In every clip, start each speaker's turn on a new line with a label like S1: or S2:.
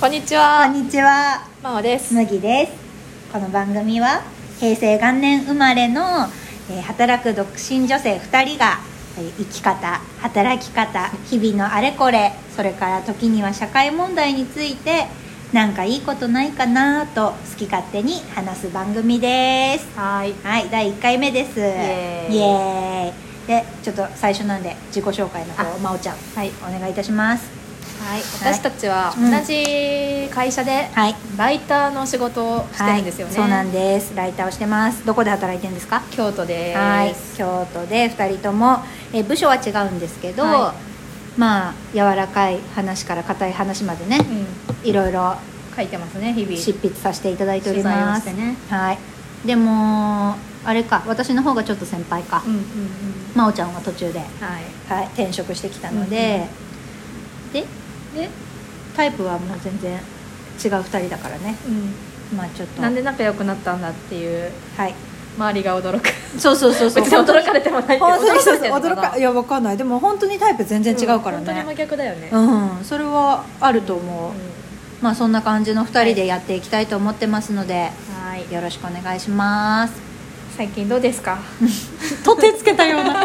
S1: こんにち
S2: こ
S1: は
S2: んにちは、
S1: まおです
S2: 麦です。この番組は平成元年生まれの、えー働く独身女性2人がえー生き方、働き方、日々のあれこれ、それから時には社会問題についてなんかいいことないかなと好き勝手に話す番組です。
S1: はい
S2: はい、第1回目です。イ
S1: エーイ
S2: エーイで、ちょっと最初なんで自己紹介の方、
S1: あ
S2: まおちゃん
S1: はい、
S2: お願いいたします。
S1: はい、私たちは
S2: うん
S1: 同じ会社で
S2: はい。
S1: ライターの仕事をしてるんですよね、
S2: はい、そうなんですライターをしてますどこで働いてるんですか
S1: 京都です、
S2: はい京都で2人ともえー部署は違うんですけど、
S1: は
S2: まあ柔らかい話から硬い話までね
S1: うん、
S2: いろいろ
S1: 書いてますね日々
S2: 執筆させていただいております
S1: 取材をしてね
S2: はいでもあれか私の方がちょっと先輩か、
S1: うんうんうん
S2: 真央ちゃんは途中で、
S1: はい
S2: はい、転職してきたので、で
S1: で、
S2: タイプはもう全然違う2人だからねまあちょっと
S1: なんで仲良くなったんだっていう
S2: はい
S1: 周りが驚く
S2: そうそうそうそう
S1: 別に驚かれてもないけど
S2: 本当にそう
S1: 驚かれて
S2: そう
S1: るのかない
S2: 驚かいやわかんないでも本当にタイプ全然違うから
S1: ん本当に
S2: ね
S1: 真逆だよね、
S2: うん、それはあると思う、
S1: うん
S2: まあそんな感じの2人でやっていきたいと思ってますので、
S1: はい
S2: よろしくお願い します
S1: 最近どうですか
S2: 取ってつけたよう
S1: な
S2: な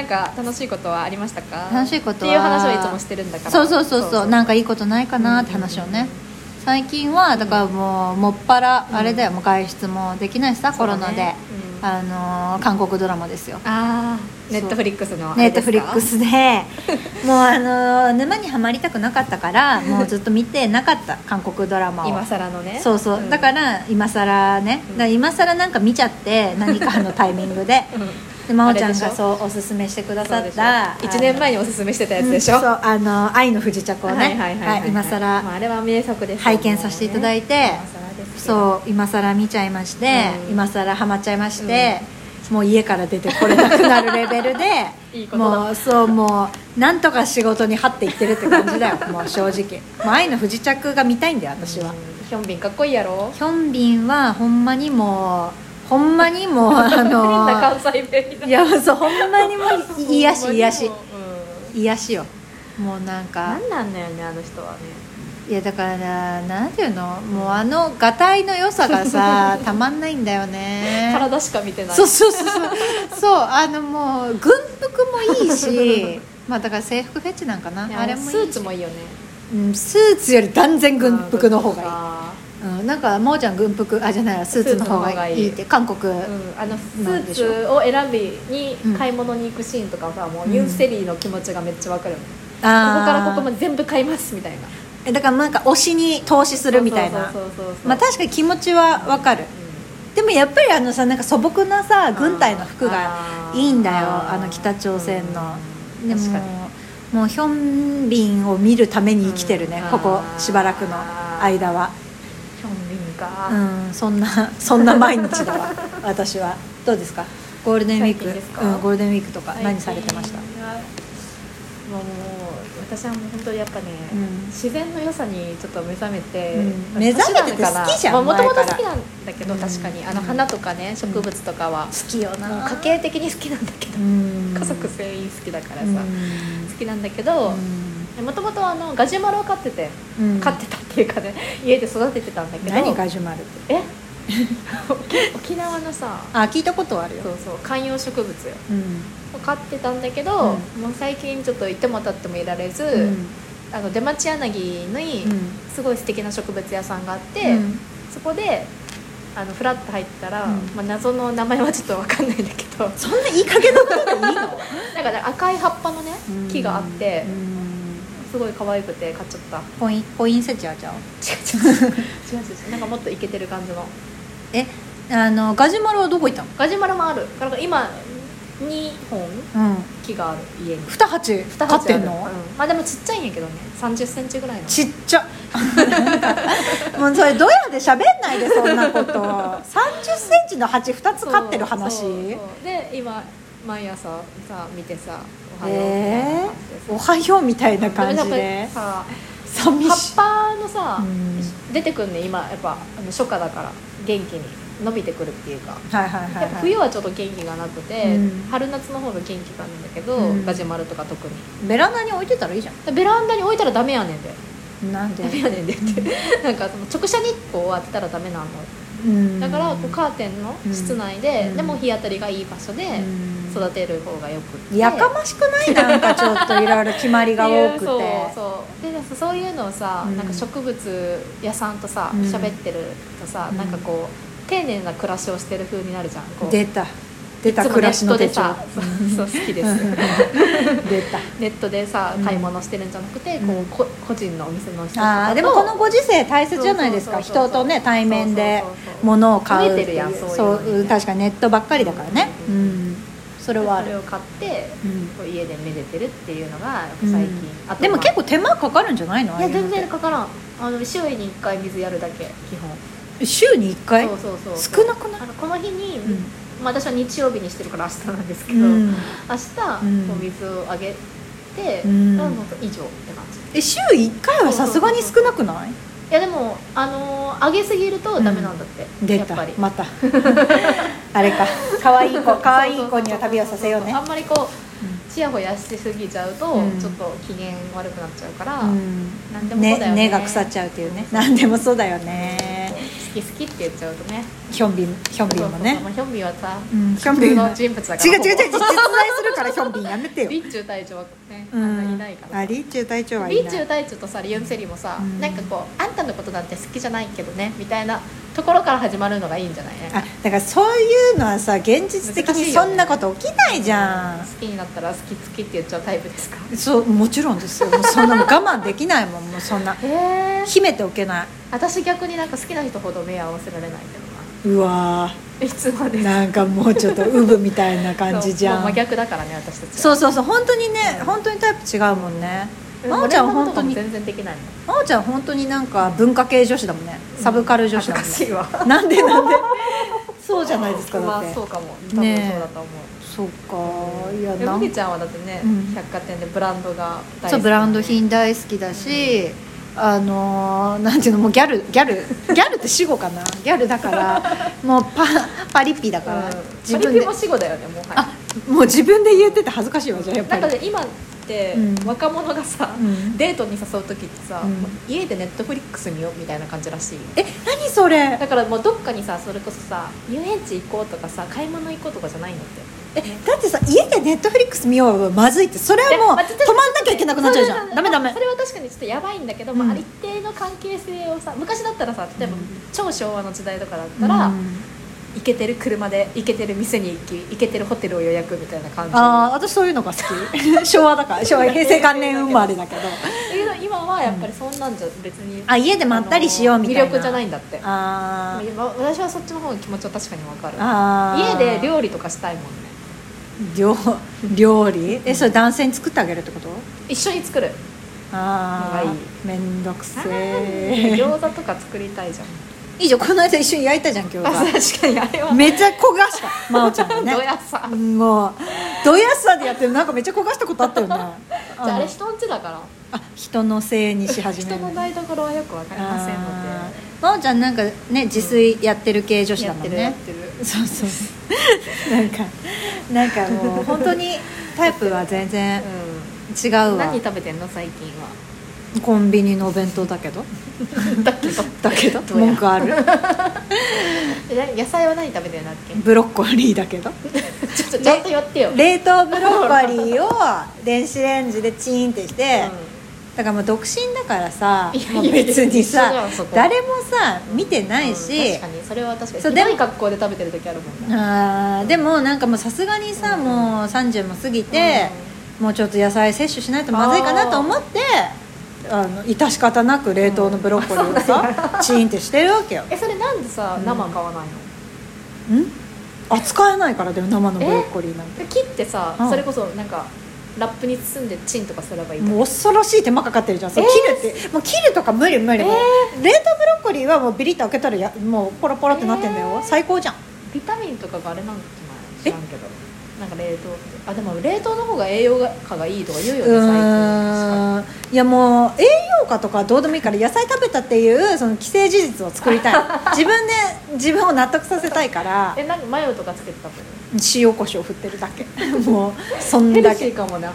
S1: んか楽しいことはありましたか
S2: 楽しいこと
S1: っ
S2: は
S1: ていう話をいつもしてるんだから
S2: そうそうそうそう
S1: な
S2: なんかいいことないかなって話をね、
S1: うん
S2: 最近はだからもうもっぱら
S1: うん
S2: あれだよ、もう外出もできないしさ、コロナ
S1: そう
S2: で、
S1: だねうん
S2: あのー韓国ドラマですよ
S1: ああネ
S2: そう
S1: ットフリックスのあ
S2: ネ
S1: れ
S2: ット
S1: です
S2: フ
S1: か
S2: リックスでもうあのー沼にはまりたくなかっ たからもうずっと見てなかった韓国ドラマを
S1: 今更のね
S2: そうそう、だから今更ね
S1: うん
S2: だから今更なんか見ちゃって何かのタイミングで
S1: うん
S2: で真央ちゃん
S1: あれ
S2: が
S1: でし
S2: そうおすすめしてくだ
S1: そ
S2: さ
S1: う
S2: っ
S1: でしょ
S2: た
S1: 1年前
S2: に
S1: におすすめしてたやつでしょ、
S2: そうあの「愛の不時着」をね、
S1: はいはいはいはい
S2: はい今更
S1: まあ、あれは名作ですよ
S2: 拝見させていただいて
S1: もうね今更ですけど
S2: そう今更見ちゃいまして、
S1: うん
S2: 今更ハマっちゃいまして、もう家から出てこれなくなるレベルで
S1: いいことだ
S2: もうそうもうなんとか仕事に張っていってるって感じ だよもう正直もう愛の不時着が見たいんだよ私は、
S1: うんヒョンビンかっこいいやろ
S2: ヒョンビンはほんまにもうほんまにもうあ
S1: 変な関
S2: の
S1: 西弁
S2: いやそうほんまにもう 癒やし癒や
S1: う
S2: し
S1: ん
S2: 癒しよもうなんか
S1: 何なんだよねあの人はね
S2: いやだからなんていうのもうあのがたいの良さが さたまんないんだよね
S1: 体しか見てない
S2: そうそうそうそうそうあのもう軍服もいい しまあだから制服フェチなんかない
S1: や
S2: あれもいい
S1: ス
S2: し
S1: ーツもいいよね
S2: うん、スーツより断然軍服の方がいい
S1: あ
S2: うん、なんか真央ちゃん軍服あじゃないわスーツの方がいいって韓国、
S1: ーうんあのス
S2: な
S1: ー
S2: んでしょう
S1: ツを選びに買い物に行くシーンとかさもうユーセリーの気持ちがめっちゃわかるもんこ
S2: ここ
S1: こからここまで全部買いますみたいな
S2: えだからなんか推しに投資するみたいな
S1: そうそうそうそう
S2: まあ確かに気持ちはわかるでもやっぱりあのさなんか素朴なさ軍隊の服がいいんだよ
S1: あ
S2: あ
S1: ー
S2: の北朝鮮の
S1: うん
S2: でも
S1: 確かに
S2: もうヒョンビンを見るために生きてるね
S1: うん
S2: ここしばらくの間は
S1: ヒョンビンか、
S2: うんそんなそんな毎日だわ私は どうですかゴールデンウィー
S1: 最近です
S2: ク
S1: か
S2: うんゴールデンウィークとか
S1: 最近
S2: 何されてました
S1: はもう私はもう本当にやっぱね、
S2: うん
S1: 自然の良さにちょっと目覚めて、
S2: うん目覚めてて好きじゃん
S1: もともと
S2: 前
S1: 好
S2: から
S1: きなんだけど、
S2: うん
S1: 確かにあの花とかね植物とかは、
S2: きよ
S1: もう家系的に好きなんだけど、家族全員好きだからさ、好きなんだけどもともとガジュマルを飼ってて飼ってたっていうかね 家で育ててたんだけど
S2: 何ガジュマルって
S1: え 沖縄のさ
S2: あ聞いたことはあるよ
S1: そうそう観葉植物よ
S2: うん
S1: 飼ってたんだけど、
S2: う
S1: もう最近ちょっといても立ってもいられず、あの出町柳に
S2: うん
S1: すごい素敵な植物屋さんがあって、
S2: うん
S1: そこであのフラッと入ったら、
S2: うん
S1: まあ、謎の名前はちょっと分かんないんだけど
S2: そんないい加減なことでいいの
S1: なんかね赤い葉っぱのね木があって
S2: うん
S1: すごい可愛くて買っちゃった
S2: ポインポインセチアちゃん
S1: 違う違う違う違うなんかもっとイケてる感じの
S2: えあのガジュマルはどこ行った
S1: ガジュマルもあるだから今2本
S2: のうん
S1: 木がある家に
S2: 二
S1: 二
S2: 鉢飼
S1: 鉢ある
S2: ってん
S1: う
S2: の
S1: んまあでもちっちゃいんやけどね3 0ンチぐらいの
S2: ちっちゃ なんかもうそれドヤで喋んないでそんなこと3 0ンチの鉢2つ飼ってる話
S1: そうそうそうで今毎朝さ見てさおはようみたいな
S2: え
S1: 感じで
S2: ー、おはようみたいな感
S1: で
S2: じ
S1: もや
S2: で
S1: っぱさ
S2: 寂しい
S1: 葉っぱのさ、
S2: うん
S1: 出てくるね今やっぱあの初夏だから元気に伸びてくるっていうか、
S2: はいはいはい、
S1: やっぱ
S2: はい、
S1: 冬はちょっと元気がなくて、
S2: うん
S1: 春夏の方が元気があるんだけど、
S2: うん
S1: ガジュマルとか特に
S2: ベランダに置いてたらいいじゃん
S1: ベランダに置いたらダメやねんで
S2: なんで
S1: ダメやねんでってなんかその直射日光を当てたらダメなの
S2: うん
S1: だからこうカーテンの室内で、
S2: うん
S1: でも日当たりがいい場所で
S2: うん
S1: 育てる方がよくって
S2: やかましくないなんかちょっといろいろ決まりが多くて
S1: そうそうででそういうのをさ、
S2: うん
S1: なんか植物屋さんとさ
S2: うん
S1: 喋ってるとさ、
S2: うん
S1: なんかこう丁寧な暮らしをしてる風になるじゃんこう
S2: 出た出
S1: い
S2: た
S1: つも
S2: 暮らしの
S1: ネ
S2: 手
S1: ットで
S2: 帳
S1: さ そうそう好きです
S2: うん 出た
S1: ネットでさ
S2: うん
S1: 買い物してるんじゃなくて、
S2: うん
S1: こうこ個人のお店の人とか
S2: あー
S1: と
S2: でもこのご時世大切じゃないですか
S1: そうそうそうそう
S2: 人とね対面で
S1: そうそうそう
S2: 物を買うって
S1: 増えてるやんそういう
S2: そ
S1: のね
S2: う確かにネットばっかりだからねう
S1: うん
S2: んそれはあ
S1: そ
S2: る
S1: れを買って、
S2: うん
S1: こう家でめでてるっていうのが最近、
S2: うん
S1: あと
S2: でも
S1: まあ
S2: 結構手間かかるんじゃないの
S1: いや全
S2: ああう
S1: 然
S2: のっ
S1: かからんあの週に1回水やるだけ基本
S2: て週に1回
S1: そうそうそう
S2: 少なくない
S1: あのこの日に、
S2: うん
S1: まあ、私は日曜日にしてるから明日なんですけ
S2: う
S1: ど、明
S2: ん
S1: 日、お水をあげて、
S2: うん
S1: あもう以上って感じい
S2: え週1回はさすがに少なくない
S1: やでもあのーあげすぎるとダメなんだって、
S2: 出
S1: やっぱ
S2: た
S1: り、
S2: また あれか可愛い 子可愛い子には旅をさせようね
S1: あんまりこうちやほやしすぎちゃうと、
S2: うん
S1: ちょっと機嫌悪くなっちゃうから、
S2: うん
S1: なんでもそうだ
S2: ね
S1: よね
S2: 根が腐っちゃうっていうね なんでもそうだよね
S1: 好き好きって言っちゃうとね
S2: ヒョンビンヒョンビン
S1: そ
S2: もね
S1: うそうそうまあヒョンビンはさ、
S2: うんヒョンビ
S1: 普通
S2: ン
S1: の人物だから
S2: 違う違う違
S1: ほ
S2: う
S1: ぼ
S2: 実在するからヒョンビンやめてよ
S1: リッチュー隊長はね、
S2: う
S1: あんまりい
S2: ん
S1: ないから
S2: あリーチュー隊長はい
S1: リ
S2: い
S1: ー
S2: な
S1: チュー隊長とさリユンセリもさ、
S2: うん
S1: なんかこうあんたのことなんて好きじゃないけどねみたいなところから始まるのがいいんじゃない
S2: あだからそういうのはさ現実的にそんなこと起きないじゃ
S1: 好
S2: ん、
S1: きになったら好き好きって言っちゃうタイプですか
S2: そうもちろんですよもうそんなもん我慢できないもんもうそんな
S1: へえ
S2: 秘めておけない
S1: 私逆になんか好きな人ほど目合わせられないけどな
S2: うわ
S1: いつまで
S2: ーなんかもうちょっとウブみたいな感じじ
S1: そう
S2: ゃ
S1: もう真
S2: ん
S1: 逆だからね私たち
S2: そううそうそう本当にね
S1: うん
S2: 本当にタイプ違うもんね真
S1: 真
S2: 央
S1: 央
S2: ちゃん本当に
S1: 全然できないの
S2: 真央ちゃん本当になんか文化系女子だもんねサブカル女子
S1: 恥ず
S2: だも
S1: か
S2: ん
S1: しい
S2: ね、
S1: わ
S2: なんでなんで そうじゃないですか
S1: ま
S2: だっ
S1: あ
S2: て、
S1: そうかも多分
S2: ねえ
S1: そうだと思う
S2: そうかいや
S1: で
S2: な
S1: 麦
S2: ん
S1: ちゃんはだってね、
S2: うん
S1: 百貨店でブランドが大好きなのに
S2: そうブランド品大好きだし、あのーなんていうのもうギャルギャルギャルって死語かなギャルだ からもうパパリピだ
S1: う
S2: から、
S1: ん
S2: 自
S1: 自
S2: 分
S1: 分
S2: で
S1: も死後だよねもはや
S2: あもう自分で言ってて恥ずかしいわじゃあやっぱ
S1: なん
S2: り
S1: かね今って
S2: うん
S1: 若者がさ、
S2: うん
S1: デートに誘う時ってさ、
S2: うん
S1: もう家でネットフリックス見ようみたいな感じらしいよ
S2: え何それ
S1: だからもうどっかにさそれこそさ遊園地行こうとかさ買い物行こうとかじゃないんだって
S2: えだってさ家でネットフリックス見ようはまずいってそれはもう
S1: いやまあちょっと
S2: 止まんなきゃいけなくなっちゃうじゃんダメダメ
S1: それは確かにちょっとやばいんだけど、
S2: うん
S1: まあ、ある一定の関係性をさ昔だったらさ例えば超昭和の時代とかだったら、
S2: うん
S1: 行けてる車で行けてる店に行き行けてるホテルを予約みたいな感じ
S2: ああ私そういうのが好き 昭和だから昭和平成元年生まれだけど
S1: っていうの今はやっぱりそんなんじゃ別に、
S2: あ家でまったりしようみたいな
S1: あの魅力じゃないんだって
S2: あー
S1: 今私はそっちの方の気持ちは確かにわかる
S2: あー
S1: 家で料理とかしたいもんね
S2: 料料理えそれ男性に作ってあげるってこと
S1: 一緒に作る
S2: あ
S1: のがい
S2: あめんどくせえ
S1: 餃子とか作りたいじゃん
S2: いいじゃんこの間一緒に焼いたじゃん今
S1: あ
S2: 日
S1: 確かにあれは
S2: めっちゃ焦がした真央ちゃんが
S1: ど
S2: ね
S1: やさじ
S2: もうどやさでやってるなんかめっちゃ焦がしたことあっ たよね
S1: ゃああれ人んちだから
S2: あ人のせいにし始め
S1: 人
S2: る
S1: の台所はよくわかりませんの
S2: あ
S1: で
S2: ー真央ちゃんなんかね自炊やってる系女子
S1: や
S2: だ
S1: っ
S2: も
S1: て
S2: ん
S1: るやっ
S2: ね
S1: てる
S2: そうそうそう なんかなんかもう本当にタイプは全然違
S1: う
S2: う
S1: ん
S2: わ
S1: 何食べてんの最近は
S2: コンビニのお弁当だけど
S1: だけど
S2: だけど
S1: うや
S2: 文句ある
S1: え野菜は何食べてんだっけ
S2: ブロッコリーだけど
S1: ちょっとちゃんとやってよ、
S2: 冷凍ブロッコリーを電子レンジでチーンってして、
S1: う
S2: だからもう独身だからさ
S1: いや
S2: もう別
S1: い
S2: に
S1: やいや
S2: さ
S1: 一緒だわそこ
S2: 誰もさ見て
S1: ん
S2: ないし、
S1: うん確かにそれは確かに
S2: そう
S1: ひ
S2: でも
S1: どい格好で食べてる時あるもんな
S2: あーでもなんかもうさすがにさ、もう30も過ぎて、もうちょっと野菜摂取しないとまずいかなと思ってあの致し方なく冷凍のブロッコリーをさ、チーンってしてるわけよん
S1: えそれなんでさ生買わないの、
S2: 扱えないからだよ生のブロッコリーなんて
S1: で切ってさ、
S2: うん
S1: それこそなんかラップに包んでチンとかすればいいと
S2: もう恐ろしい手間かかってるじゃん、そう
S1: え
S2: 切るってもう切るとか無理無理、もう冷凍ブロッコリーはもうビリッと開けたらやもうポロポロってなってんだよ、
S1: えー
S2: 最高じゃん
S1: ビタミンとかがあれなんかじゃない知らんけどなんか冷凍あでも冷凍の方が栄養価がいいとか言う
S2: う
S1: よね最近
S2: ーんいやもう栄養価とかどうでもいいから野菜食べたっていうその既成事実を作 りたい自分で自分を納得させたいから
S1: えなんかマヨとかつけてたもん
S2: 塩コショウ振ってるだけ もうそん
S1: ヘル
S2: だ
S1: シ
S2: け
S1: ーかもな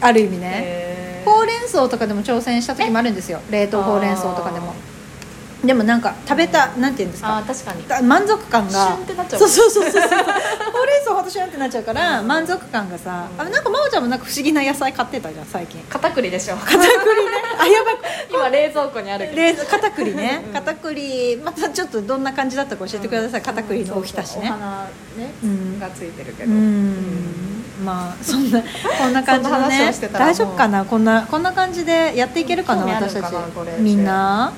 S2: ある意味ね、
S1: へ
S2: ほうれん草とかでも挑戦した時もあるんですよ冷凍ほうれん草とかでもでもなんか食べたなんて言うんです
S1: あ
S2: か
S1: ー確かに
S2: だ満足感
S1: シュ
S2: が
S1: ンってなっちゃう
S2: そうそうそうそうほうれん草ほんとシュンってなっちゃうから満足感がさ、
S1: うん
S2: あなんか真央ちゃんもなんか不思議な野菜買ってたじゃん 最近
S1: 片栗でしょ
S2: 片栗ねあやばい
S1: 今冷蔵庫にあるけど
S2: 冷蔵片栗ね
S1: うん
S2: 片栗またちょっとどんな感じだったか教えてください片栗のおひたし
S1: そうそう
S2: ね
S1: お花ね、
S2: うん
S1: がついてるけ
S2: う
S1: ど、
S2: んまあそん なこんな感じの
S1: そんな話
S2: ね
S1: をしてたらも
S2: 大
S1: う
S2: 丈夫かなこんなこんな感じでやっていけるかな
S1: 興味ある
S2: 私
S1: の
S2: た
S1: か
S2: ち
S1: なこれって
S2: みんな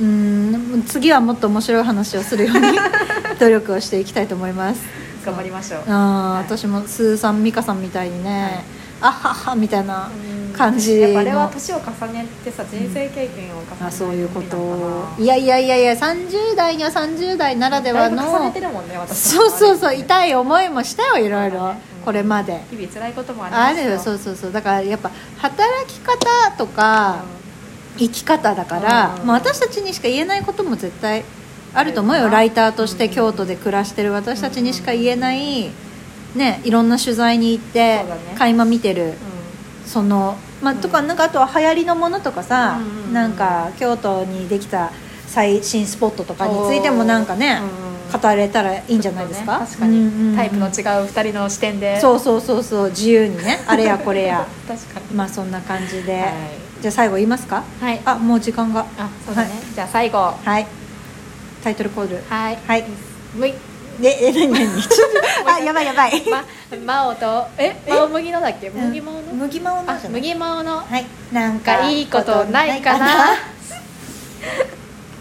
S2: うん次はもっと面白い話をするように 努力をしていきたいと思います
S1: 頑張りましょう
S2: あ
S1: はい
S2: ー私もスーさん美香さんみたいにね、あははみたいな感じ
S1: やっ
S2: の
S1: ぱあれは年を重ねてさ人生経験を重ねて
S2: あそういうことい
S1: い
S2: やいやいやいや30代には30代ならでは
S1: や重ね
S2: の
S1: てるもんね私
S2: そうそうそう
S1: い
S2: 痛い思いもしたよいろいろ
S1: うん
S2: これまで
S1: 日々辛いこともあ
S2: あ
S1: りま
S2: る
S1: すよ
S2: よそうそうそうだからやっぱ働き方とか生き方だから、
S1: うん
S2: まあ、私たちにしか言えないことも絶対あると思う
S1: あ
S2: よ
S1: るかな
S2: ライターとして
S1: うん
S2: 京都で暮らしてる私たちにしか言えない、ね、いろんな取材に行って
S1: そうだね
S2: 垣間見てるその、まあ、
S1: うん
S2: とかなんかあとは流行りのものとかさ、
S1: うんうんうん
S2: なんか京都にできた最新スポットとかについてもなんかね、
S1: い
S2: 語れたらいいんじゃないですか、
S1: 確か
S2: う
S1: に、
S2: んうんうん
S1: タイプの違う二人の視点で
S2: そうそうそうそう自由にねあれやこれや
S1: 確かに
S2: まあそんな感じで、
S1: はい
S2: じゃあ最後言いますか
S1: はいあ
S2: あもう時間が
S1: そうだね、じゃあ最後は
S2: はいタイトルコール
S1: い
S2: はい
S1: む い
S2: ええ何 何ちょっとあやばいやばい、
S1: ま マオとえマオ麦のだっけ麦マオの、
S2: 麦まおの
S1: あ
S2: じゃない
S1: 麦マオの
S2: はいなん
S1: なんか
S2: か
S1: いいことないかな